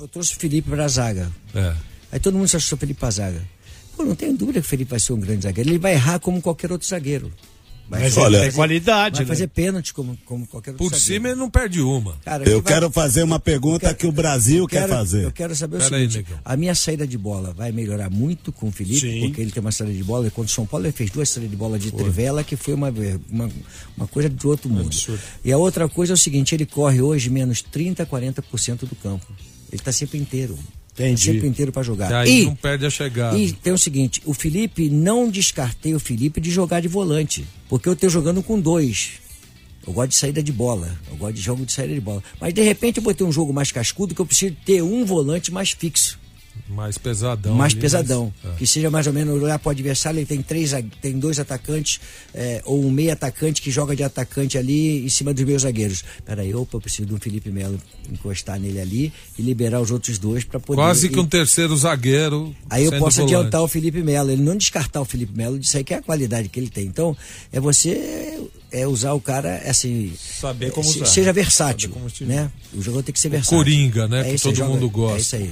Eu trouxe o Felipe para a zaga. É. Aí todo mundo se achou Felipe para a zaga. Pô, não tenho dúvida que o Felipe vai ser um grande zagueiro. Ele vai errar como qualquer outro zagueiro. Vai Mas fazer- ele tem vai fazer- qualidade, Vai né? fazer pênalti como, como qualquer outro Por zagueiro. cima ele não perde uma. Cara, Eu ele vai- quero fazer uma pergunta que o Brasil eu quero- quer fazer. Eu quero saber o Pera aí, seguinte: Negão. a minha saída de bola vai melhorar muito com o Felipe, Sim. porque ele tem uma saída de bola. E Contra o São Paulo, ele fez duas saídas de bola de trivela, que foi uma, ver- uma, uma coisa do outro mundo. E a outra coisa é o seguinte: ele corre hoje menos 30%, 40% do campo. Ele está sempre inteiro. Entendi. Tá Sempre inteiro para jogar. Aí E- não perde a chegada. e tem o seguinte, o Felipe, não descartei o Felipe de jogar de volante, porque eu tenho jogando com dois. Eu gosto de saída de bola, eu gosto de jogo de saída de bola. Mas de repente eu vou ter um jogo mais cascudo que eu preciso ter um volante mais fixo, Mais pesadão. mais ali, pesadão. mas- é. Que seja mais ou menos olhar para o adversário, ele tem, três, zague- tem dois atacantes, é, ou um meia atacante que joga de atacante ali em cima dos meus zagueiros. Peraí, opa, eu preciso de um Felipe Melo encostar nele ali e liberar os outros dois para poder. Quase que ir- um terceiro zagueiro. Aí eu sendo posso volante. adiantar o Felipe Melo, ele não descartar o Felipe Melo, disso aí que é a qualidade que ele tem. Então, é você é usar o cara assim. Saber como se- usar. Seja Saber versátil. como utilizar. né? O jogador tem que ser versátil. coringa, né, que isso aí, todo mundo joga- gosta. É isso aí.